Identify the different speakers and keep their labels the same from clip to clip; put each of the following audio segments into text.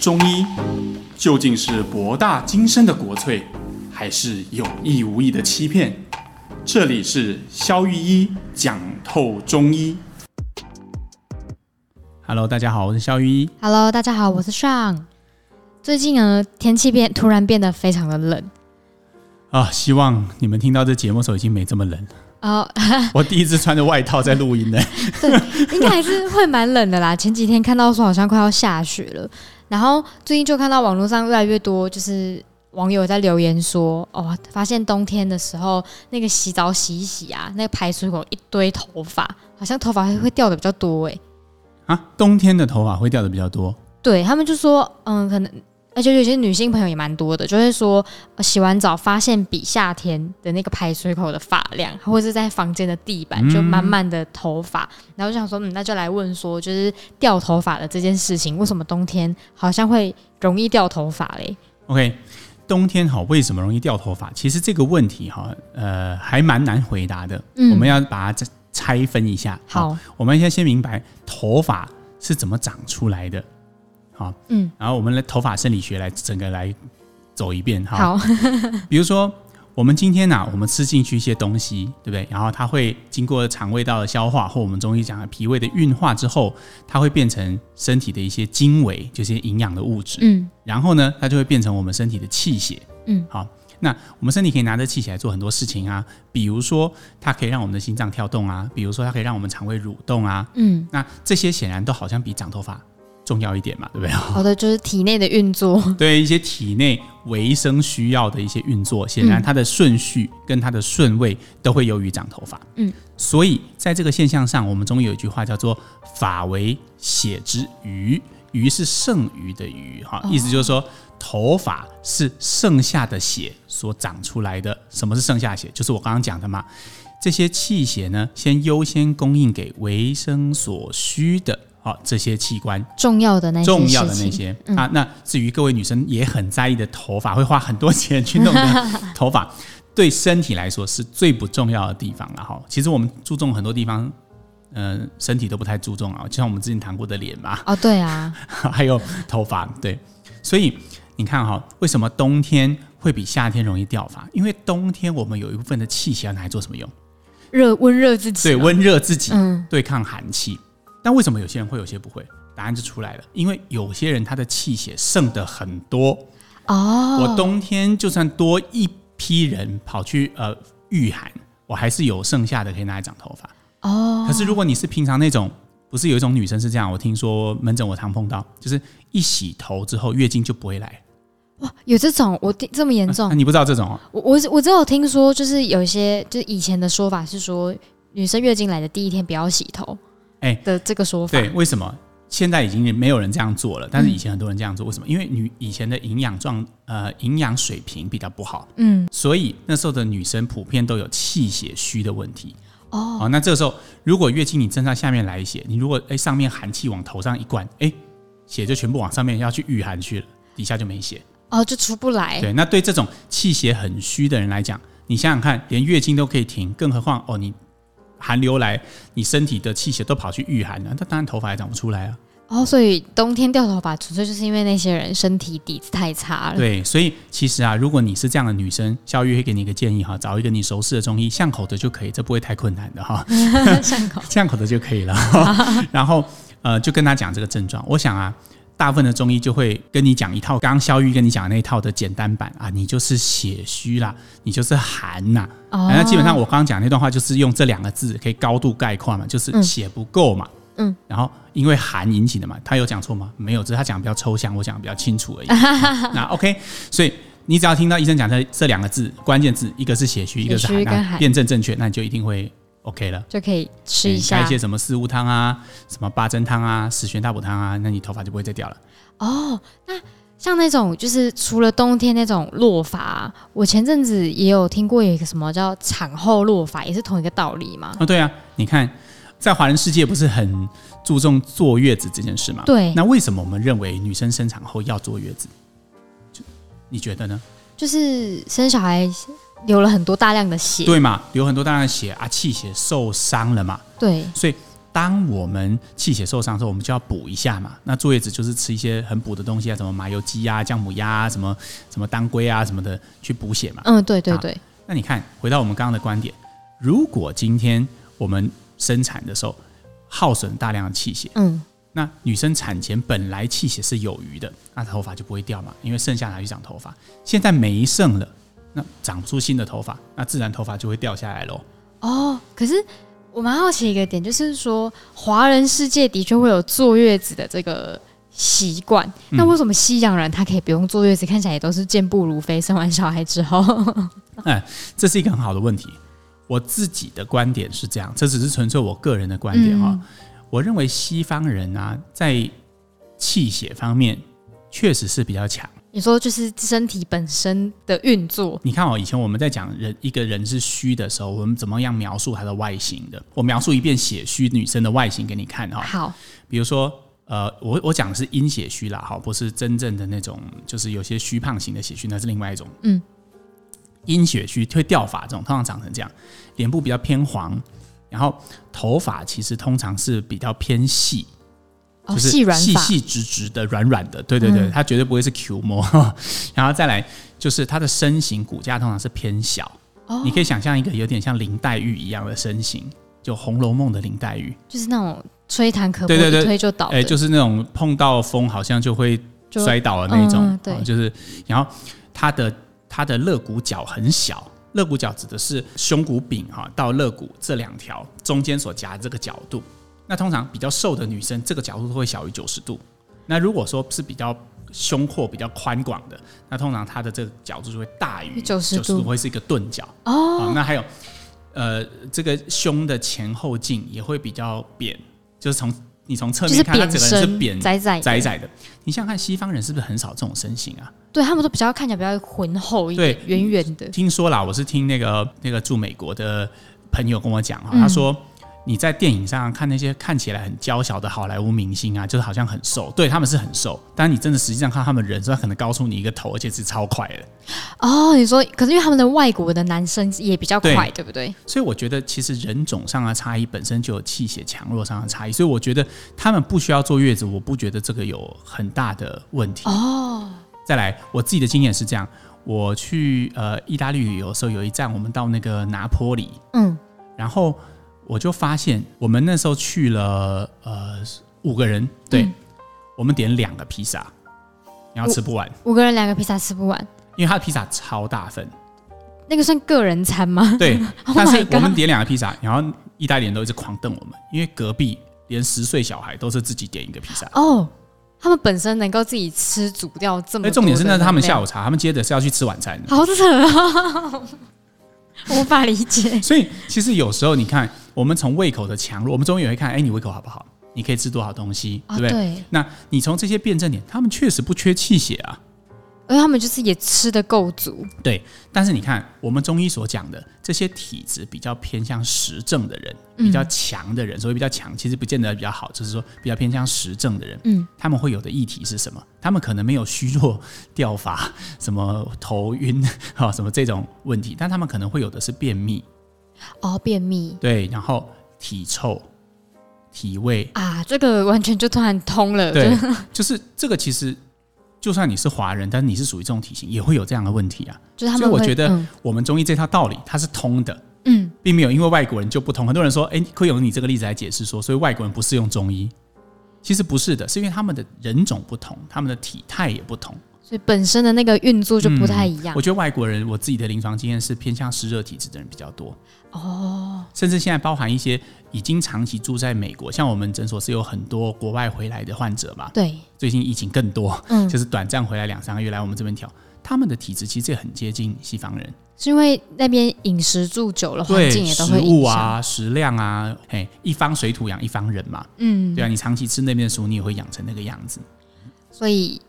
Speaker 1: 中医究竟是博大精深的国粹，还是有意无意的欺骗？这里是肖玉一讲透中医。Hello，大家好，我是肖玉一。
Speaker 2: Hello，大家好，我是尚。最近呢，天气变突然变得非常的冷
Speaker 1: 啊，希望你们听到这节目的时候已经没这么冷。
Speaker 2: 哦，
Speaker 1: 我第一次穿着外套在录音呢。
Speaker 2: 应该还是会蛮冷的 啦。前几天看到说好像快要下雪了，然后最近就看到网络上越来越多就是网友在留言说，哦，发现冬天的时候那个洗澡洗一洗啊，那个排水口一堆头发，好像头发会会掉的比较多欸诶、
Speaker 1: 啊，冬天的头发会掉的比较多。
Speaker 2: 对他们就说，嗯，可能。而且有些女性朋友也蛮多的，就会说、呃洗完澡发现比夏天的那个排水口的发量，或者是在房间的地板就满满的头发，然后就想说，嗯，那就来问说，就是掉头发的这件事情，为什么冬天好像会容易掉头发嘞？
Speaker 1: OK，冬天好，为什么容易掉头发？其实这个问题哈，呃，还蛮难回答的。
Speaker 2: 嗯
Speaker 1: 我们要把它再拆分一下。
Speaker 2: 好，
Speaker 1: 我们先先明白头发是怎么长出来的。好，
Speaker 2: 嗯，
Speaker 1: 然后我们的头发生理学来整个来走一遍哈。，
Speaker 2: 好，
Speaker 1: 比如说我们今天呐、我们吃进去一些东西，对不对？然后它会经过肠胃道的消化，或我们中医讲的脾胃的运化之后，它会变成身体的一些精微，就是一些营养的物质。
Speaker 2: 嗯
Speaker 1: 然后呢，它就会变成我们身体的气血。
Speaker 2: 嗯，
Speaker 1: 好，那我们身体可以拿着气血来做很多事情啊，比如说它可以让我们的心脏跳动啊，比如说它可以让我们肠胃蠕动啊。
Speaker 2: 嗯，
Speaker 1: 那这些显然都好像比长头发重要一点嘛，对不对？
Speaker 2: 好的，就是体内的运作，
Speaker 1: 对一些体内维生需要的一些运作，显然它的顺序跟它的顺位都会优于长头发。
Speaker 2: 嗯，
Speaker 1: 所以在这个现象上，我们中医有一句话叫做“发为血之余”，余是剩余的余，哈，意思就是说。头发是剩下的血所长出来的。什么是剩下血？就是我刚刚讲的嘛。这些气血呢，先优先供应给维生所需的，好、这些器官。
Speaker 2: 重要的那些
Speaker 1: 重要的那
Speaker 2: 哎事情，嗯
Speaker 1: 些、啊。那至于各位女生也很在意的头发，会花很多钱去弄 的头发，对身体来说是最不重要的地方了哈。其实我们注重很多地方，嗯、身体都不太注重啊，就像我们之前谈过的脸嘛，
Speaker 2: 哦，对啊，
Speaker 1: 还有头发，对。所以你看哈，为什么冬天会比夏天容易掉发？因为冬天我们有一部分的气血要拿来做什么用？
Speaker 2: 热温热自己，啊
Speaker 1: 对，，温热自己，
Speaker 2: 嗯
Speaker 1: 对抗寒气。但为什么有些人会，有些不会？答案就出来了，因为有些人他的气血剩的很多。
Speaker 2: 哦，
Speaker 1: 我冬天就算多一批人跑去呃御寒，我还是有剩下的可以拿来长头发。
Speaker 2: 哦，
Speaker 1: 可是如果你是平常那种，不是有一种女生是这样，我听说门诊我常碰到，就是一洗头之后月经就不会来，
Speaker 2: 有这种我听这么严重
Speaker 1: 啊、。你不知道这种哦。
Speaker 2: 我我只我只有听说，就是有一些就是以前的说法是说，女生月经来的第一天不要洗头，
Speaker 1: 哎
Speaker 2: 的这个说法，
Speaker 1: 对，为什么现在已经没有人这样做了？但是以前很多人这样做，为什么？因为女以前的营养状呃营养水平比较不好，
Speaker 2: 嗯，
Speaker 1: 所以那时候的女生普遍都有气血虚的问题。
Speaker 2: 哦，
Speaker 1: 好、那这个时候如果月经你正在下面来一些，你如果哎上面寒气往头上一灌，哎血就全部往上面要去御寒去了，底下就没血。
Speaker 2: 哦，就出不来，
Speaker 1: 对，那对这种气血很虚的人来讲，你想想看，连月经都可以停，更何况哦你寒流来，你身体的气血都跑去御寒了，那当然头发也长不出来啊。
Speaker 2: 哦，所以冬天掉头发纯粹就是因为那些人身体底子太差了，
Speaker 1: 对，所以其实啊，如果你是这样的女生，肖玉会给你一个建议哈，找一个你熟识的中医，巷口的就可以，这不会太困难的哈，
Speaker 2: 伤口，
Speaker 1: 巷口的就可以了。哈然后呃，就跟他讲这个症状。我想啊，大部分的中医就会跟你讲一套，刚刚肖玉跟你讲的那一套的简单版啊，你就是血虚啦，你就是寒呐、
Speaker 2: 哦，
Speaker 1: 那基本上我刚刚讲那段话就是用这两个字可以高度概括嘛，就是血不够嘛。
Speaker 2: 嗯
Speaker 1: 然后因为寒引起的嘛，他有讲错吗？没有，只是他讲得比较抽象，我讲得比较清 楚而已。好那 OK，所以你只要听到医生讲这这两个字，关键字一个是血虚，一个是
Speaker 2: 血虚
Speaker 1: 寒，
Speaker 2: 跟
Speaker 1: 那
Speaker 2: 寒
Speaker 1: 辩证正确，那你就一定会 OK 了。
Speaker 2: 就可以吃一
Speaker 1: 哎你开
Speaker 2: 下
Speaker 1: 一些什么四物汤啊，什么八珍汤啊，十全大补汤啊，那你头发就不会再掉了。
Speaker 2: 哦，那像那种就是除了冬天那种落发啊，我前阵子也有听过有一个什么叫产后落发，也是同一个道理嘛，
Speaker 1: 哦，对啊，你看，在华人世界不是很注重坐月子这件事吗？
Speaker 2: 对
Speaker 1: 那为什么我们认为女生生产后要坐月子？就你觉得呢？
Speaker 2: 就是生小孩流了很多大量的血，
Speaker 1: 对嘛，流很多大量的血啊，气血受伤了嘛，
Speaker 2: 对
Speaker 1: 所以当我们气血受伤的时候，我们就要补一下嘛。那坐月子就是吃一些很补的东西啊，什么麻油鸡啊、姜母鸭啊、什么什么当归啊什么的，去补血嘛。
Speaker 2: 嗯，对对对，
Speaker 1: 那你看，回到我们刚刚的观点，如果今天我们生产的时候耗损大量的气血，
Speaker 2: 嗯，
Speaker 1: 那女生产前本来气血是有余的，那头发就不会掉嘛，因为剩下拿去长头发。现在没剩了，那长不出新的头发，那自然头发就会掉下来喽。
Speaker 2: 哦，可是我蛮好奇一个点，就是说华人世界的确会有坐月子的这个习惯，
Speaker 1: 嗯
Speaker 2: 那为什么西洋人他可以不用坐月子，看起来也都是健步如飞，生完小孩之后，
Speaker 1: 这是一个很好的问题。我自己的观点是这样，这只是纯粹我个人的观点哈、我认为西方人啊，在气血方面确实是比较强。
Speaker 2: 你说就是身体本身的运作，
Speaker 1: 你看哦，以前我们在讲人一个人是虚的时候，我们怎么样描述他的外形的？我描述一遍血虚女生的外形给你看哈、
Speaker 2: 好，
Speaker 1: 比如说，呃，我我讲的是阴血虚啦，哈，不是真正的那种，就是有些虚胖型的血虚，那是另外一种。
Speaker 2: 嗯，
Speaker 1: 阴血虚会掉发这种，通常长成这样，脸部比较偏黄，然后头发其实通常是比较偏细，
Speaker 2: 哦，
Speaker 1: 就是
Speaker 2: 细软嗯
Speaker 1: 细
Speaker 2: 法，
Speaker 1: 细直直的、软软的，对对对，它绝对不会是 Q 模。 然后再来就是它的身形骨架通常是偏小，
Speaker 2: 哦
Speaker 1: 你可以想象一个有点像林黛玉一样的身形，就《红楼梦》的林黛玉，
Speaker 2: 就是那种吹弹可破，
Speaker 1: 对对对
Speaker 2: 一推就倒的，
Speaker 1: 哎，就是那种碰到风好像就会
Speaker 2: 就
Speaker 1: 摔倒的那种，
Speaker 2: 嗯嗯对
Speaker 1: 哦就是然后它的它的肋骨角很小。肋骨角指的是胸骨柄哈到肋骨这两条中间所夹的这个角度。那通常比较瘦的女生，这个角度都会小于九十度。那如果说是比较胸廓比较宽广的，那通常她的这个角度就会大于
Speaker 2: 90度
Speaker 1: 度，会是一个钝角。哦、那还有呃，这个胸的前后径也会比较扁，就是从你从侧
Speaker 2: 就
Speaker 1: 面
Speaker 2: 是
Speaker 1: 看，她
Speaker 2: 扁
Speaker 1: 整个人是
Speaker 2: 身，
Speaker 1: 扁
Speaker 2: 窄窄的
Speaker 1: 窄，窄的。你想想看，西方人是不是很少这种身形啊？
Speaker 2: 对他们都比较看起来比较浑厚一
Speaker 1: 对嗯
Speaker 2: 点，圆圆的，
Speaker 1: 听说啦，我是听那个那个驻美国的朋友跟我讲哈，啊
Speaker 2: 嗯
Speaker 1: 他说。你在电影上看那些看起来很娇小的好莱坞明星啊，就是好像很瘦，对他们是很瘦，但你真的实际上看他们人，他可能高出你一个头，而且是超快的。
Speaker 2: 哦，你说，可是因为他们的外国的男生也比较
Speaker 1: 对
Speaker 2: 快，对不对？
Speaker 1: 所以我觉得其实人种上的差异本身就有气血强弱上的差异，所以我觉得他们不需要坐月子，我不觉得这个有很大的问题。
Speaker 2: 哦，
Speaker 1: 再来，我自己的经验是这样，我去呃意大利旅游的时候，有一站我们到那个拿坡里，
Speaker 2: 嗯，
Speaker 1: 然后我就发现，我们那时候去了呃五个人，对、
Speaker 2: 嗯
Speaker 1: 我们点两个披萨，然后吃不完，
Speaker 2: 五个人两个披萨吃不完，
Speaker 1: 因为他的披萨超大份，
Speaker 2: 那个算个人餐吗？
Speaker 1: 对
Speaker 2: Oh
Speaker 1: 但
Speaker 2: my
Speaker 1: 是
Speaker 2: god！
Speaker 1: 我们点两个披萨，然后意大利人都一直狂瞪我们，因为隔壁连十岁小孩都是自己点一个披萨。
Speaker 2: 哦，他们本身能够自己吃足掉这么
Speaker 1: 哎，
Speaker 2: 多，
Speaker 1: 重点是那是他们下
Speaker 2: 午，
Speaker 1: 午茶，他们接着是要去吃晚餐的。
Speaker 2: 好扯啊， 无法理解。
Speaker 1: 所以其实有时候你看，我们从胃口的强弱，我们中医也会看，哎，你胃口好不好？你可以吃多少东西，
Speaker 2: 啊，
Speaker 1: 对不对？
Speaker 2: 对，
Speaker 1: 那你从这些辩证点，他们确实不缺气血啊。
Speaker 2: 而他们就是也吃的够足，
Speaker 1: 对，但是你看，我们中医所讲的这些体质比较偏向实症的人，比较强的人，所谓比较强，其实不见得比较好，就是说比较偏向实症的人，
Speaker 2: 嗯，
Speaker 1: 他们会有的议题是什么？他们可能没有虚弱、 掉发、什么头晕 啊、什么这种问题，但他们可能会有的是便秘，
Speaker 2: 哦，便秘
Speaker 1: 对，然后体臭、体味，
Speaker 2: 啊，这个完全就突然通了，
Speaker 1: 对
Speaker 2: 就，
Speaker 1: 就是这个其实。就算你是华人，但是你是属于这种体型，也会有这样的问题啊。
Speaker 2: 就是他
Speaker 1: 所
Speaker 2: 们
Speaker 1: 以
Speaker 2: 会，
Speaker 1: 我觉得
Speaker 2: 嗯
Speaker 1: 我们中医这套道理它是通的，
Speaker 2: 嗯，
Speaker 1: 并没有因为外国人就不同。很多人说，哎、会用你这个例子来解释说，所以外国人不适用中医。其实不是的，是因为他们的人种不同，他们的体态也不同。
Speaker 2: 所以本身的那个运作就不太一样
Speaker 1: 我觉得外国人，我自己的临床经验是偏向湿热体质的人比较多，
Speaker 2: 哦，
Speaker 1: 甚至现在包含一些已经长期住在美国，像我们诊所是有很多国外回来的患者嘛，
Speaker 2: 对，
Speaker 1: 最近疫情更多，
Speaker 2: 嗯
Speaker 1: 就是短暂回来两三个月来我们这边调，他们的体质其实也很接近西方人。
Speaker 2: 是因为那边饮食住久了，环
Speaker 1: 对，
Speaker 2: 境也都
Speaker 1: 食
Speaker 2: 会影
Speaker 1: 物
Speaker 2: 响。
Speaker 1: 啊、食量啊，嘿，一方水土养一方人嘛，
Speaker 2: 嗯，
Speaker 1: 对啊，你长期吃那边的食物，你也会养成那个样子。
Speaker 2: 所以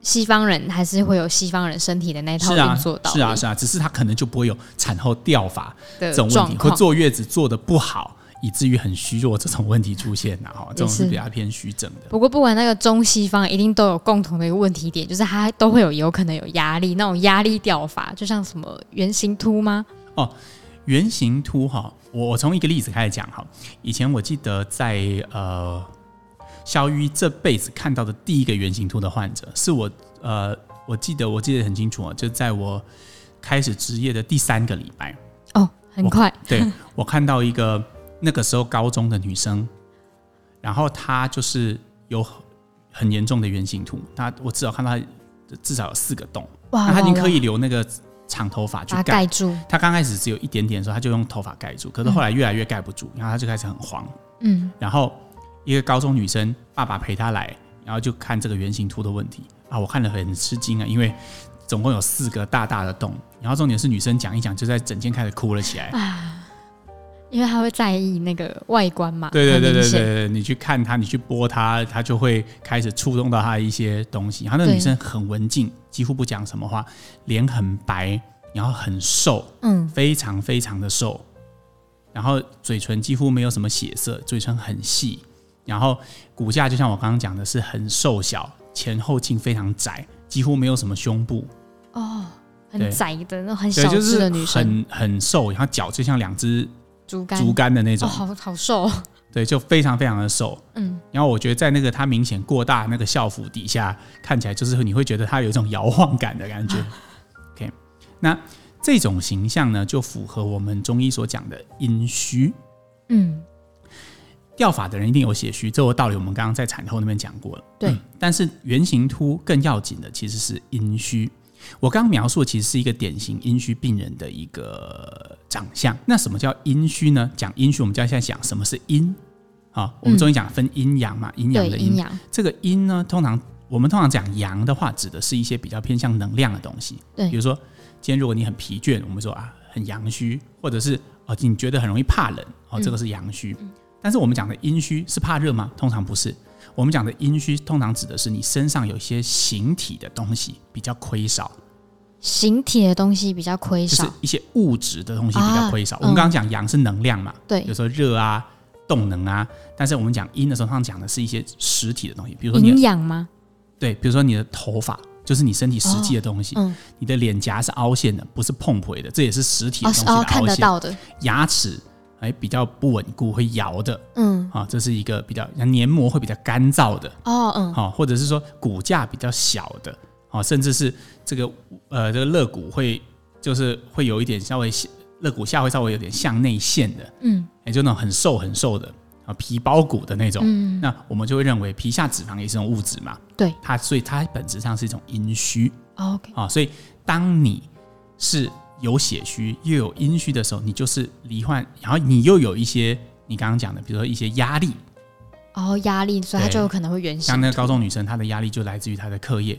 Speaker 2: 西方人还是会有西方人身体的那一套
Speaker 1: 是啊，
Speaker 2: 运作到
Speaker 1: 是啊，是啊，只是他可能就不会有产后掉发
Speaker 2: 的
Speaker 1: 这种问
Speaker 2: 状
Speaker 1: 题，或
Speaker 2: 况。
Speaker 1: 坐月子坐的不好，以至于很虚弱这种问题出现啊，哈，这种
Speaker 2: 也
Speaker 1: 是
Speaker 2: 是
Speaker 1: 比较偏虚症的。
Speaker 2: 不过，不管那个中西方，一定都有共同的一个问题点，就是他都会有有可能有压力，那种压力掉法，就像什么圆形秃吗？
Speaker 1: 圆形秃哈，我我从一个例子开始讲哈。以前我记得在呃，肖玉这辈子看到的第一个圆形秃的患者，是我呃，我记得我记得很清楚啊，就在我开始职业的第三个礼拜，
Speaker 2: 哦，很快，
Speaker 1: 对 我看到一个那个时候高中的女生，然后她就是有很很严重的圆形秃，她我至少看到她至少有四个洞，
Speaker 2: 哇，
Speaker 1: 那她已经
Speaker 2: 哇
Speaker 1: 可以留那个长头发去
Speaker 2: 把它
Speaker 1: 盖
Speaker 2: 盖住，
Speaker 1: 他刚开始只有一点点的时候，他就用头发盖住，可是后来越来越盖不住，然后他就开始很慌。
Speaker 2: 嗯，
Speaker 1: 然后一个高中女生，啊爸爸陪她来，然后就看这个圆形秃的问题啊，我看了很吃惊啊，因为总共有四个大大的洞，然后重点是女生讲一讲就在整间开始哭了起来。
Speaker 2: 啊因为他会在意那个外观嘛，
Speaker 1: 对对
Speaker 2: 很
Speaker 1: 对
Speaker 2: 明
Speaker 1: 对对
Speaker 2: 显，
Speaker 1: 对，你去看她，你去拨她，她就会开始触动到她的一些东西。然后那个
Speaker 2: 对
Speaker 1: 女生很文静，几乎不讲什么话，脸很白，然后很瘦，
Speaker 2: 嗯，
Speaker 1: 非常非常的瘦，然后嘴唇几乎没有什么血色，嘴唇很细，然后骨架就像我刚刚讲的是很瘦小，前后径非常窄，几乎没有什么胸部，
Speaker 2: 哦，
Speaker 1: 对
Speaker 2: 很窄的那种很
Speaker 1: 对，
Speaker 2: 小
Speaker 1: 就
Speaker 2: 只
Speaker 1: 是
Speaker 2: 的女生，
Speaker 1: 很很瘦，然后脚就像两只
Speaker 2: 竹竿，
Speaker 1: 竹竿的那
Speaker 2: 哦，
Speaker 1: 种，
Speaker 2: 好好瘦，
Speaker 1: 对，就非常非常的瘦。
Speaker 2: 嗯，
Speaker 1: 然后我觉得在那个她明显过大那个校服底下，看起来就是你会觉得她有一种摇晃感的感觉。OK，那这种形象呢，就符合我们中医所讲的阴虚。
Speaker 2: 嗯，
Speaker 1: 掉发的人一定有血虚，这个道理我们刚刚在产后那边讲过了。嗯
Speaker 2: 对
Speaker 1: 但是圆形秃更要紧的其实是阴虚。我刚刚描述的其实是一个典型阴虚病人的一个长相。那什么叫阴虚呢？讲阴虚，我们就要现在讲什么是阴啊？我们中医讲分阴阳嘛，阴阳
Speaker 2: 嗯对，
Speaker 1: 的
Speaker 2: 阴
Speaker 1: 阴。
Speaker 2: 阳，
Speaker 1: 这个阴呢，通常我们通常讲阳的话，指的是一些比较偏向能量的东西。
Speaker 2: 对
Speaker 1: 比如说今天如果你很疲倦，我们说啊很阳虚，或者是哦你觉得很容易怕冷，
Speaker 2: 嗯
Speaker 1: 哦这个是阳虚。但是我们讲的阴虚是怕热吗？通常不是。我们讲的阴虚通常指的是你身上有一些形体的东西比较亏少，
Speaker 2: 形体的东西比较亏
Speaker 1: 就是
Speaker 2: 少，
Speaker 1: 一些物质的东西比较亏少。
Speaker 2: 啊
Speaker 1: 我们
Speaker 2: 嗯
Speaker 1: 刚刚讲阳是能量嘛，
Speaker 2: 对
Speaker 1: 有，时候热啊、动能啊，但是我们讲阴的时候，通常讲的是一些实体的东西，比如说你的
Speaker 2: 营养吗？
Speaker 1: 对，比如说你的头发就是你身体实际的东西，
Speaker 2: 嗯，
Speaker 1: 你的脸颊是凹陷的，不是碰回的，这也是实体的
Speaker 2: 哦
Speaker 1: 东西的
Speaker 2: 哦，看
Speaker 1: 凹
Speaker 2: 得
Speaker 1: 陷。
Speaker 2: 到的，
Speaker 1: 牙齿哎比较不稳固，会摇的
Speaker 2: 嗯，
Speaker 1: 啊，这是一个比较黏膜会比较干燥的
Speaker 2: 哦，嗯，
Speaker 1: 啊，或者是说骨架比较小的啊，甚至是这个呃这个肋骨会就是会有一点稍微肋骨下会稍微有点向内陷的，
Speaker 2: 嗯，
Speaker 1: 哎就那种很瘦很瘦的啊皮包骨的那种，
Speaker 2: 嗯，
Speaker 1: 那我们就会认为皮下脂肪也是一种物质嘛，
Speaker 2: 对
Speaker 1: 它，所以它本质上是一种阴虚
Speaker 2: 哦，OK，
Speaker 1: 啊。所以当你是有血虚又有阴虚的时候，你就是罹患，然后你又有一些你刚刚讲的，比如说一些压力，
Speaker 2: 哦，压力，所以它
Speaker 1: 对
Speaker 2: 就有可能会原
Speaker 1: 像
Speaker 2: 形，
Speaker 1: 那个高中女生，她的压力就来自于她的课业。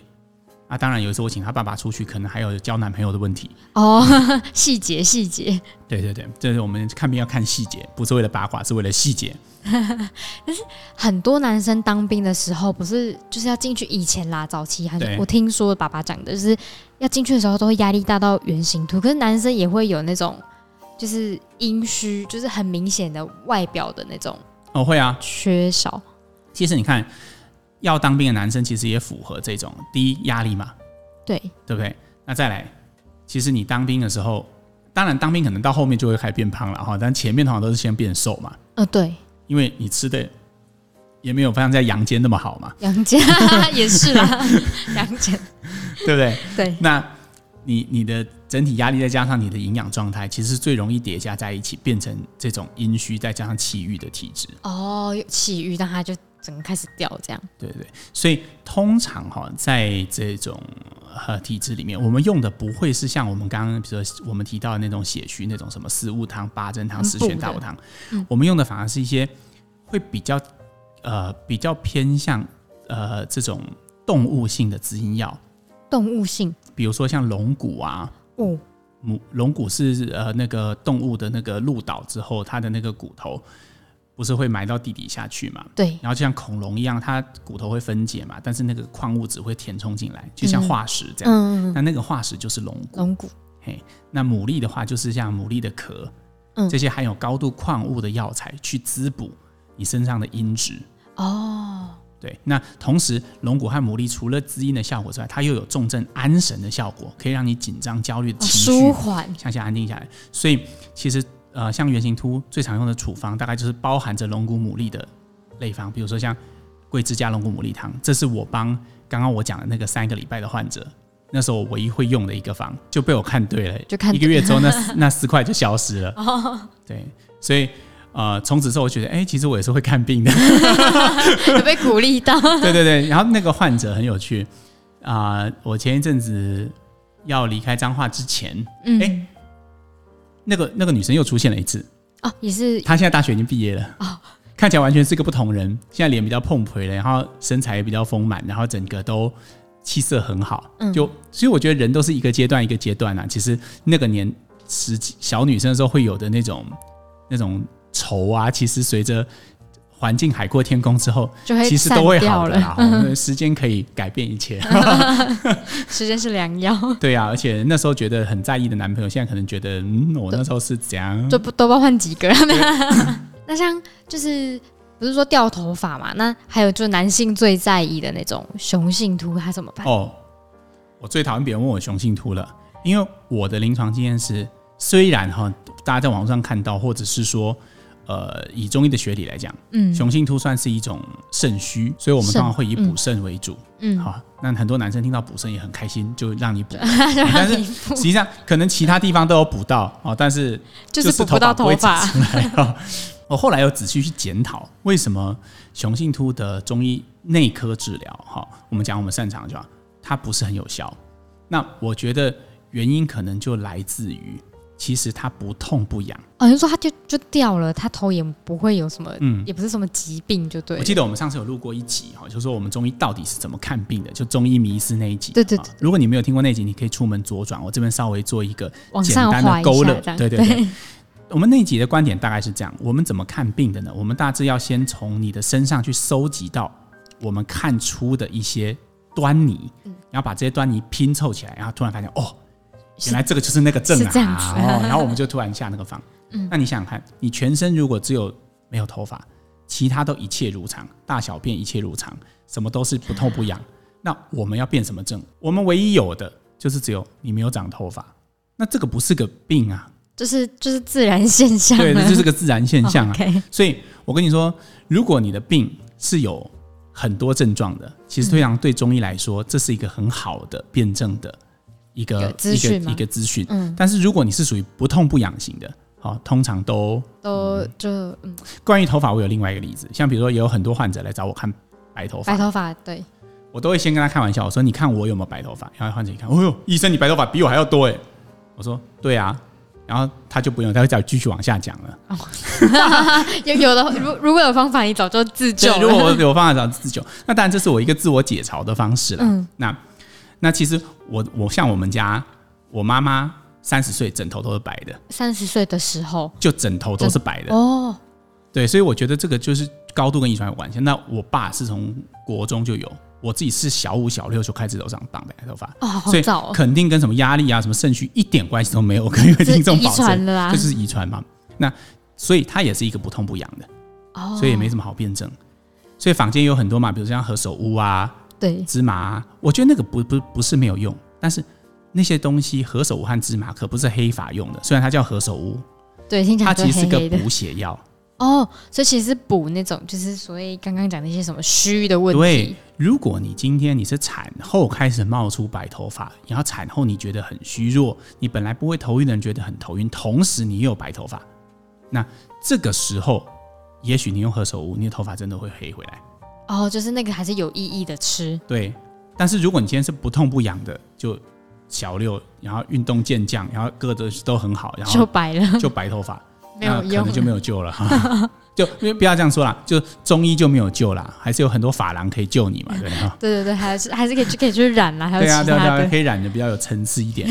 Speaker 1: 啊，当然有一次我请她爸爸出去，可能还有交男朋友的问题。
Speaker 2: 哦， 细节细节，
Speaker 1: 对对对，这是我们看病要看细节，不是为了八卦，是为了细节。
Speaker 2: 很多男生当兵的时候，不是就是要进去以前啦，早期还是
Speaker 1: 对
Speaker 2: 我听说爸爸讲的，就是要进去的时候都会压力大到原形秃，可是男生也会有那种就是阴虚，就是很明显的外表的那种
Speaker 1: 哦，会啊，
Speaker 2: 缺少。
Speaker 1: 其实你看，要当兵的男生其实也符合这种第一压力嘛，
Speaker 2: 对，
Speaker 1: 对不对？那再来，其实你当兵的时候，当然当兵可能到后面就会开始变胖了哈，但前面通常都是先变瘦嘛，
Speaker 2: 呃，对，
Speaker 1: 因为你吃的也没有像在阳间那么好嘛，
Speaker 2: 杨戬 也是啦， 杨戬
Speaker 1: 对不对？
Speaker 2: 对，
Speaker 1: 那你你的整体压力再加上你的营养状态，其实是最容易叠加在一起，变成这种阴虚再加上气郁的体质。
Speaker 2: 哦，有起鱼，但他就整个开始掉这样。
Speaker 1: 对对，所以通常哈、在这种呃体质里面，我们用的不会是像我们刚刚，比如说我们提到的那种血虚那种什么四物汤、八珍汤、
Speaker 2: 很
Speaker 1: 十全
Speaker 2: 补的
Speaker 1: 大补汤，
Speaker 2: 嗯
Speaker 1: 我们用的反而是一些会比较呃比较偏向呃这种动物性的滋阴药，
Speaker 2: 动物性
Speaker 1: 比如说像龙骨啊。
Speaker 2: 哦，
Speaker 1: 母龙骨是呃那个动物的那个入岛之后，它的那个骨头不是会埋到地底下去嘛？
Speaker 2: 对，
Speaker 1: 然后就像恐龙一样，它骨头会分解嘛，但是那个矿物质会填充进来，就像化石这样。
Speaker 2: 嗯，嗯嗯
Speaker 1: 那那个化石就是龙骨。
Speaker 2: 龙骨
Speaker 1: 那牡蛎的话，就是像牡蛎的壳，
Speaker 2: 嗯
Speaker 1: 这些含有高度矿物的药材去滋补你身上的阴质。
Speaker 2: 哦，
Speaker 1: 对，那同时龙骨和牡蛎除了滋阴的效果之外，它又有重症安神的效果，可以让你紧张、焦虑的
Speaker 2: 哦
Speaker 1: 情绪、
Speaker 2: 舒 缓
Speaker 1: 向下安定下来。所以其实呃，像圆形突最常用的处方，大概就是包含着龙骨牡蛎的类方，比如说像桂枝加龙骨牡蛎汤，这是我帮刚刚我讲的那个三个礼拜的患者。那时候我唯一会用的一个方就被我看对了，
Speaker 2: 就看
Speaker 1: 一
Speaker 2: 对哦
Speaker 1: 个月之 后那四那四块就消失了。对，所以呃，从此之后我觉得，哎、其实我也是会看病的。
Speaker 2: 有被鼓励到，
Speaker 1: 对对对，然后那个患者很有趣啊、我前一阵子要离开彰化之前，
Speaker 2: 嗯，
Speaker 1: 哎那个那个女生又出现了一次，
Speaker 2: 哦，也是
Speaker 1: 她现在大学已经毕业了，
Speaker 2: 哦
Speaker 1: 看起来完全是个不同人，现在脸比较碰回了，然后身材也比较丰满，然后整个都气色很好，
Speaker 2: 嗯
Speaker 1: 就所以我觉得人都是一个阶段一个阶段啊，其实那个年十几小女生的时候会有的那种那种愁啊，其实随着。环境海阔天空之后，
Speaker 2: 就会
Speaker 1: 其实
Speaker 2: 哎散
Speaker 1: 都会
Speaker 2: 掉
Speaker 1: 好的
Speaker 2: 了。
Speaker 1: 啦。哦时间可以改变一切。
Speaker 2: 时间是良药，
Speaker 1: 对啊，而且那时候觉得很在意的男朋友，现在可能觉得，嗯，我那时候是怎样？
Speaker 2: 就不都不知道换几个。 那像就是不是说掉头发嘛？那还有就是男性最在意的那种雄性秃，他怎么办？
Speaker 1: 哦，我最讨厌别人问我雄性秃了，因为我的临床经验是，虽然哈，大家在网上看到，或者是说，呃，以中医的学理来讲，
Speaker 2: 嗯
Speaker 1: 雄性秃算是一种肾虚，所以我们
Speaker 2: 肾
Speaker 1: 通常会以补
Speaker 2: 嗯
Speaker 1: 肾为主。
Speaker 2: 嗯，
Speaker 1: 好，啊那很多男生听到补肾也很开心，就让你补。 但
Speaker 2: 让
Speaker 1: 是
Speaker 2: 你
Speaker 1: 实际上，可能其他地方都有补到哦，但是
Speaker 2: 就是补不到
Speaker 1: 头
Speaker 2: 头
Speaker 1: 发
Speaker 2: 发，
Speaker 1: 不会长出来哦。 我后来有仔细去检讨，为什么雄性秃的中医内科治疗，哈、我们讲我们擅长就好，它不是很有效。那我觉得原因可能就来自于，其实它不痛不痒。
Speaker 2: 好哦像说他就就掉了，他头也不会有什么，
Speaker 1: 嗯
Speaker 2: 也不是什么疾病，就对
Speaker 1: 我
Speaker 2: 了。
Speaker 1: 记得我们上次有录过一集哈，就说我们中医到底是怎么看病的，就中医迷思那一集。
Speaker 2: 对对
Speaker 1: 啊
Speaker 2: 对
Speaker 1: 如果你没有听过那集，你可以出门左转，我这边稍微做一个
Speaker 2: 往
Speaker 1: 简
Speaker 2: 上
Speaker 1: 单
Speaker 2: 滑
Speaker 1: 的
Speaker 2: 一下
Speaker 1: 勾勒。
Speaker 2: 这样
Speaker 1: 对对对。我们那一集的观点大概是这样：我们怎么看病的呢？我们大致要先从你的身上去搜集到我们看出的一些端倪，
Speaker 2: 嗯
Speaker 1: 然后把这些端倪拼凑起来，然后突然发现哦，
Speaker 2: 是
Speaker 1: 原来这个就是那个症啊，
Speaker 2: 是这样子嗯
Speaker 1: 哦，然后我们就突然下那个方。那你想想看，你全身如果只有没有头发，其他都一切如常，大小便一切如常，什么都是不痛不 痒，那我们要变什么症？我们唯一有的就是只有你没有长头发，那这个不是个病啊，
Speaker 2: 就是就是自然现象了，啊哦
Speaker 1: 对， 这就是个自然现象啊。
Speaker 2: o k
Speaker 1: 所以我跟你说，如果你的病是有很多症状的，其实通常对中医来说，这是一个很好的辩证的一
Speaker 2: 一
Speaker 1: 个
Speaker 2: 个资讯
Speaker 1: 一个
Speaker 2: 吗
Speaker 1: 一个资讯。
Speaker 2: 嗯
Speaker 1: 但是如果你是属于不痛不痒型的，好、通常都
Speaker 2: 都就嗯，
Speaker 1: 关于头发，我有另外一个例子，像比如说也有很多患者来找我看白头发，
Speaker 2: 白头发对，
Speaker 1: 我都会先跟他开玩笑，我说你看我有没有白头发？然后患者一看，哦呦，医生你白头发比我还要多哎。我说对啊，然后他就不用，他会再继续往下讲了。
Speaker 2: 有有的 如如果有方法，你早就自救
Speaker 1: 对，如果我
Speaker 2: 了。
Speaker 1: 有办法找自救，那当然这是我一个自我解嘲的方式了。
Speaker 2: 嗯
Speaker 1: 那那其实我我像我们家我妈妈三十岁枕头都是白的，
Speaker 2: 三十岁的时候
Speaker 1: 就枕头都是白的。
Speaker 2: 哦，
Speaker 1: 对，所以我觉得这个就是高度跟遗传有关系。那我爸是从国中就有，我自己是小五小六就开始头上绑白头发，
Speaker 2: 哦，好
Speaker 1: 所以
Speaker 2: 早哦，
Speaker 1: 肯定跟什么压力啊、什么肾虚一点关系都没有。我跟各位听众
Speaker 2: 遗
Speaker 1: 保
Speaker 2: 传
Speaker 1: 证，
Speaker 2: 了啊啦
Speaker 1: 这，是遗传嘛？那所以它也是一个不痛不痒的。
Speaker 2: 哦，
Speaker 1: 所以也没什么好辩证。所以坊间有很多嘛，比如像何首乌啊、
Speaker 2: 对，
Speaker 1: 芝麻、啊，我觉得那个不不不是没有用，但是那些东西何首乌和芝麻可不是黑发用的，虽然它叫何首乌，
Speaker 2: 对，听起
Speaker 1: 它
Speaker 2: 来就
Speaker 1: 其实是
Speaker 2: 黑
Speaker 1: 个
Speaker 2: 黑的
Speaker 1: 补血药。
Speaker 2: 哦，所以其实是补那种，就是所谓刚刚讲那些什么虚的问
Speaker 1: 对
Speaker 2: 题，，
Speaker 1: 如果你今天你是产后开始冒出白头发，然后产后你觉得很虚弱，你本来不会头晕的人觉得很头晕，同时你又有白头发，那这个时候也许你用何首乌，你的头发真的会黑回来。
Speaker 2: 哦，就是那个还是有意义的吃，
Speaker 1: 对，但是如果你今天是不痛不痒的，就小六，然后运动健将，然后各的都很好，然
Speaker 2: 就
Speaker 1: 后
Speaker 2: 白 了，
Speaker 1: 就白头发，
Speaker 2: 没有
Speaker 1: 那可
Speaker 2: 用
Speaker 1: 能就没有救了。 哈就因为不要这样说啦，就中医就没有救啦，还是有很多法郎可以救你嘛，对吧？
Speaker 2: 对对对，还是还是可以去可以去染啦，还有
Speaker 1: 对啊，
Speaker 2: 其
Speaker 1: 对啊，
Speaker 2: 他
Speaker 1: 对啊，
Speaker 2: 的，
Speaker 1: 可以染的比较有层次一点。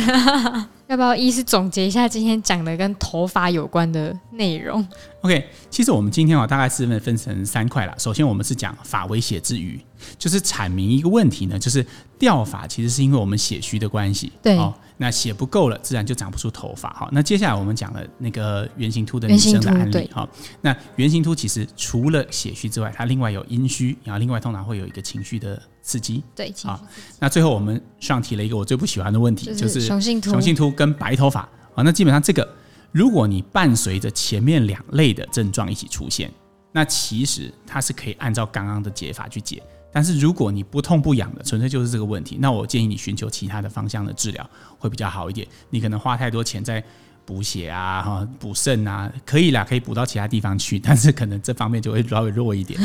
Speaker 2: 要不要一是总结一下今天讲的跟头发有关的内容？
Speaker 1: OK，其实我们今天哦，大概是分分成三块啦。首先，我们是讲发为血之余，就是阐明一个问题呢，就是掉发其实是因为我们血虚的关系。
Speaker 2: 对
Speaker 1: 哦，那血不够了，自然就长不出头发。好，那接下来我们讲了那个圆形秃的女
Speaker 2: 圆形
Speaker 1: 生的
Speaker 2: 秃
Speaker 1: 案例
Speaker 2: 对。
Speaker 1: 好，那圆形秃其实除了血虚之外，它另外有阴虚，然后另外通常会有一个情绪的刺激。
Speaker 2: 对，请
Speaker 1: 好那最后我们上提了一个我最不喜欢的问题，
Speaker 2: 就是雄性秃
Speaker 1: 雄性秃跟白头发啊，好那基本上这个，如果你伴随着前面两类的症状一起出现，那其实它是可以按照刚刚的解法去解。但是如果你不痛不痒的，纯粹就是这个问题，那我建议你寻求其他的方向的治疗会比较好一点。你可能花太多钱在补血啊、哈补肾啊，可以啦，可以补到其他地方去，但是可能这方面就会稍微弱一点。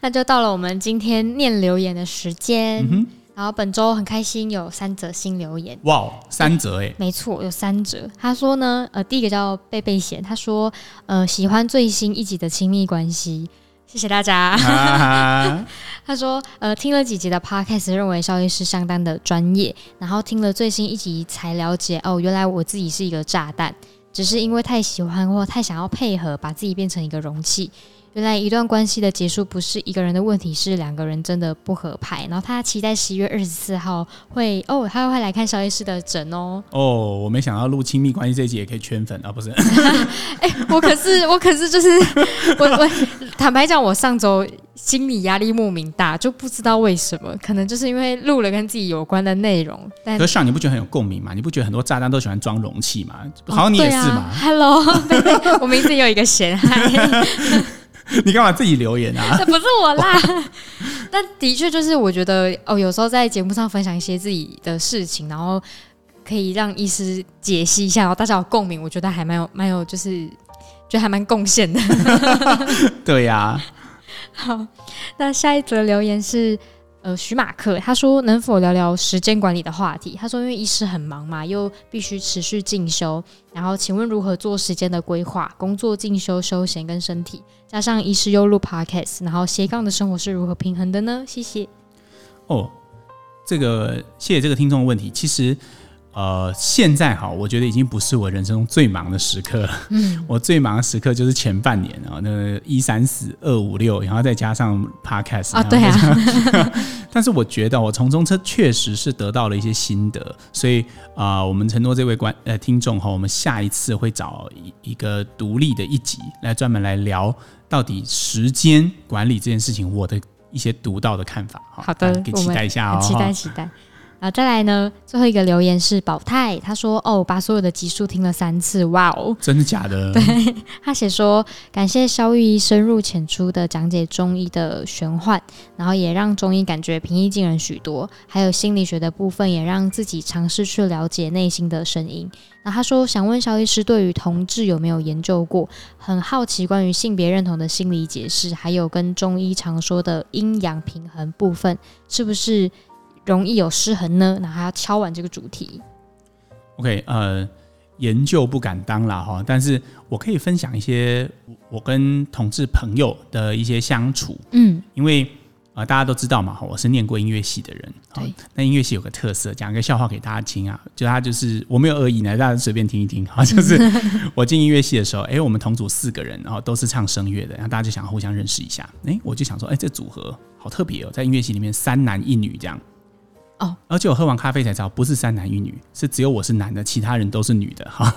Speaker 2: 那就到了我们今天念留言的时间。然后本周很开心有三则新留言，
Speaker 1: 哇哦，三折 哎、
Speaker 2: 没错，有三则。他说呢，呃，第一个叫贝贝贤，他说，呃，喜欢最新一集的亲密关系，谢谢大家。
Speaker 1: 啊，
Speaker 2: 他说，呃，听了几集的 podcast，认为肖医师相当的专业，然后听了最新一集才了解，哦，原来我自己是一个炸弹，只是因为太喜欢或太想要配合，把自己变成一个容器。原来一段关系的结束不是一个人的问题，是两个人真的不合拍。然后他期待十一月二十四号会哦，他会来看肖医师的诊哦。
Speaker 1: 哦，我没想到录亲密关系这一集也可以圈粉啊，不是？
Speaker 2: 我可是我可是就是 我我坦白讲，我上周心理压力莫名大，就不知道为什么，可能就是因为录了跟自己有关的内容，但
Speaker 1: 可。是上你不觉得很有共鸣吗？你不觉得很多炸弹都喜欢装容器吗？好像你
Speaker 2: 对
Speaker 1: 也是
Speaker 2: 啊
Speaker 1: 嘛，
Speaker 2: ？Hello，贝 贝我名字有一个 咸嗨，啊
Speaker 1: 你干嘛自己留言啊？
Speaker 2: 这不是我啦。但的确就是，我觉得哦，有时候在节目上分享一些自己的事情，然后可以让医师解析一下，然后大家有共鸣，我觉得还蛮有蛮有，就是觉得还蛮贡献的。
Speaker 1: 对啊呀、
Speaker 2: 好，那下一则留言是呃徐马克，他说能否聊聊时间管理的话题？他说因为医师很忙嘛，又必须持续进修，然后请问如何做时间的规划？工作、进修、休闲跟身体，加上医师又录 podcast，然后斜杠的生活是如何平衡的呢？谢谢。
Speaker 1: 哦，这个谢谢这个听众的问题。其实，呃，现在哈，我觉得已经不是我人生中最忙的时刻了。嗯， 我最忙的时刻就是前半年啊，那一三四二五六，然后再加上 podcast
Speaker 2: 啊，对。
Speaker 1: 然后再加
Speaker 2: 啊，
Speaker 1: 但是我觉得哦我从中这确实是得到了一些心得，所以啊、呃我们承诺这位观呃听众哈，我们下一次会找一一个独立的一集来专门来聊到底时间管理这件事情我的一些独到的看法哈。
Speaker 2: 好
Speaker 1: 大
Speaker 2: 的
Speaker 1: 家可以期
Speaker 2: 我们
Speaker 1: 待一下哦，
Speaker 2: 很期
Speaker 1: 哈
Speaker 2: 待期待。啊，再来呢，最后一个留言是宝泰，他说哦，把所有的集数听了三次，哇哦。
Speaker 1: 真的假的？
Speaker 2: 他写说，感谢肖玉医深入浅出的讲解中医的玄幻，然后也让中医感觉平易近人许多，还有心理学的部分也让自己尝试去了解内心的声音。那他说，想问肖医师对于同志有没有研究过？很好奇关于性别认同的心理解释，还有跟中医常说的阴阳平衡部分，是不是容易有失衡呢？那还要敲完这个主题，
Speaker 1: OK，呃，研究不敢当啦哈，但是我可以分享一些我我跟同志朋友的一些相处，
Speaker 2: 嗯，
Speaker 1: 因为呃大家都知道嘛，哈我是念过音乐系的人，哈
Speaker 2: 对
Speaker 1: 那音乐系有个特色，讲一个笑话给大家听啊，就他就是我没有恶意呢，大家随便听一听哈，就是 我进音乐系的时候，哎、我们同组四个人，然后都是唱声乐的，然后大家就想互相认识一下，哎、我就想说，哎、这组合好特别哦，在音乐系里面三男一女这样。
Speaker 2: 哦，
Speaker 1: 而且我喝完咖啡才知道，不是三男一女，是只有我是男的，其他人都是女的。哈，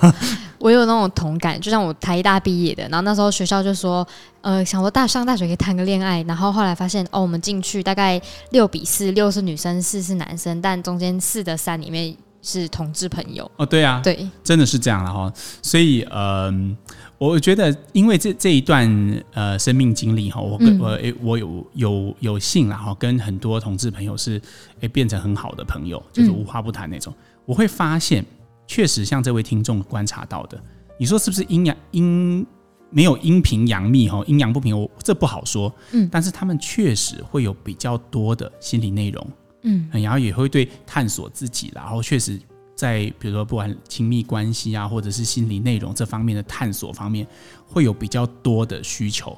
Speaker 2: 我有那种同感，就像我台大毕业的，然后那时候学校就说，呃，想说大上大学可以谈个恋爱，然后后来发现，哦，我们进去大概六比四，六是女生，四是男生，但中间四的三里面是同志朋友，
Speaker 1: 哦，对啊，
Speaker 2: 对，
Speaker 1: 真的是这样了哈。所以，嗯、我觉得因为这这一段呃生命经历哈，我跟、
Speaker 2: 嗯
Speaker 1: 我诶我有有有幸啦哈，跟很多同志朋友是诶变成很好的朋友，就是
Speaker 2: 嗯
Speaker 1: 无话不谈那种。我会发现，确实像这位听众观察到的，你说是不是阴阳阴没有阴平阳密哈，阴阳不平，我这不好说。
Speaker 2: 嗯
Speaker 1: 但是他们确实会有比较多的心理内容。
Speaker 2: 嗯，
Speaker 1: 然后也会对探索自己，然后确实在比如说不管亲密关系啊，或者是心理内容这方面的探索方面，会有比较多的需求。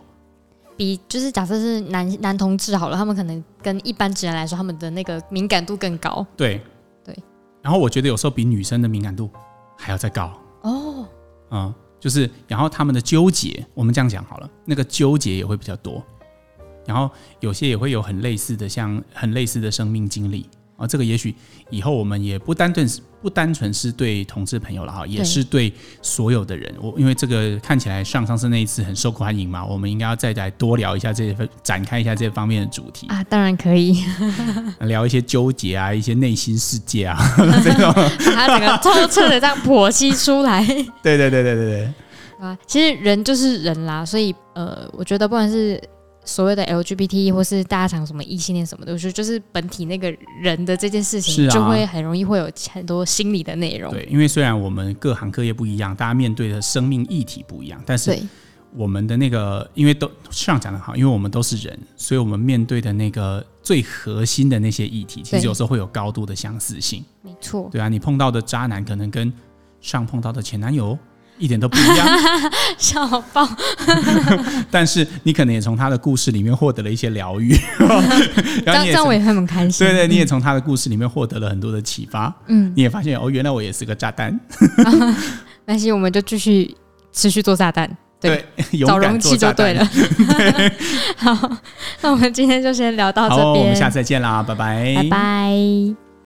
Speaker 2: 比就是假设是男男同志好了，他们可能跟一般直男来说，他们的那个敏感度更高，
Speaker 1: 对
Speaker 2: 对，
Speaker 1: 然后我觉得有时候比女生的敏感度还要再高。
Speaker 2: 哦，
Speaker 1: 嗯，就是然后他们的纠结，我们这样讲好了，那个纠结也会比较多，然后有些也会有很类似的，像很类似的生命经历啊，这个也许以后我们也不单纯不单纯是对同志朋友了哈，也
Speaker 2: 对
Speaker 1: 是对所有的人。我因为这个看起来上上次那一次很受欢迎嘛，我们应该要再来多聊一下这份，展开一下这方面的主题，
Speaker 2: 啊，当然可以，
Speaker 1: 聊一些纠结啊，一些内心世界啊，
Speaker 2: 把它整个透彻的这样剖析出来。
Speaker 1: 对对对对对对，
Speaker 2: 啊，其实人就是人啦，所以呃，我觉得不管是所谓的 LGBT 或是大家讲什么异性恋什么的，我觉得就是本体那个人的这件事
Speaker 1: 是
Speaker 2: 情，
Speaker 1: 啊
Speaker 2: 就会很容易会有很多心理的内容。
Speaker 1: 对，因为虽然我们各行各业不一样，大家面对的生命议题不一样，但是
Speaker 2: 对
Speaker 1: 我们的那个，因为都上讲的好，因为我们都是人，所以我们面对的那个最核心的那些议题，其
Speaker 2: 对
Speaker 1: 实有时候会有高度的相似性，
Speaker 2: 没错，
Speaker 1: 对啊，你碰到的渣男可能跟上碰到的前男友一点都不 一样，
Speaker 2: 笑爆！
Speaker 1: 但是你可能也从他的故事里面获得了一些疗 愈，
Speaker 2: 这
Speaker 1: 然后
Speaker 2: 样
Speaker 1: 你
Speaker 2: 这
Speaker 1: 也
Speaker 2: 样我
Speaker 1: 从
Speaker 2: 也会很开心。
Speaker 1: 对对，你也从他的故事里面获得了很多的启发，
Speaker 2: 嗯，
Speaker 1: 你也发现哦，原来我也是个炸弹，
Speaker 2: 那行，我们就继续持续做炸弹，对，
Speaker 1: 勇
Speaker 2: 找容
Speaker 1: 敢做
Speaker 2: 器
Speaker 1: 炸
Speaker 2: 就
Speaker 1: 弹
Speaker 2: 对。了。 好，那我们今天就先聊到
Speaker 1: 好，
Speaker 2: 这
Speaker 1: 我
Speaker 2: 边
Speaker 1: 们，下次再见啦，拜拜，
Speaker 2: 拜拜。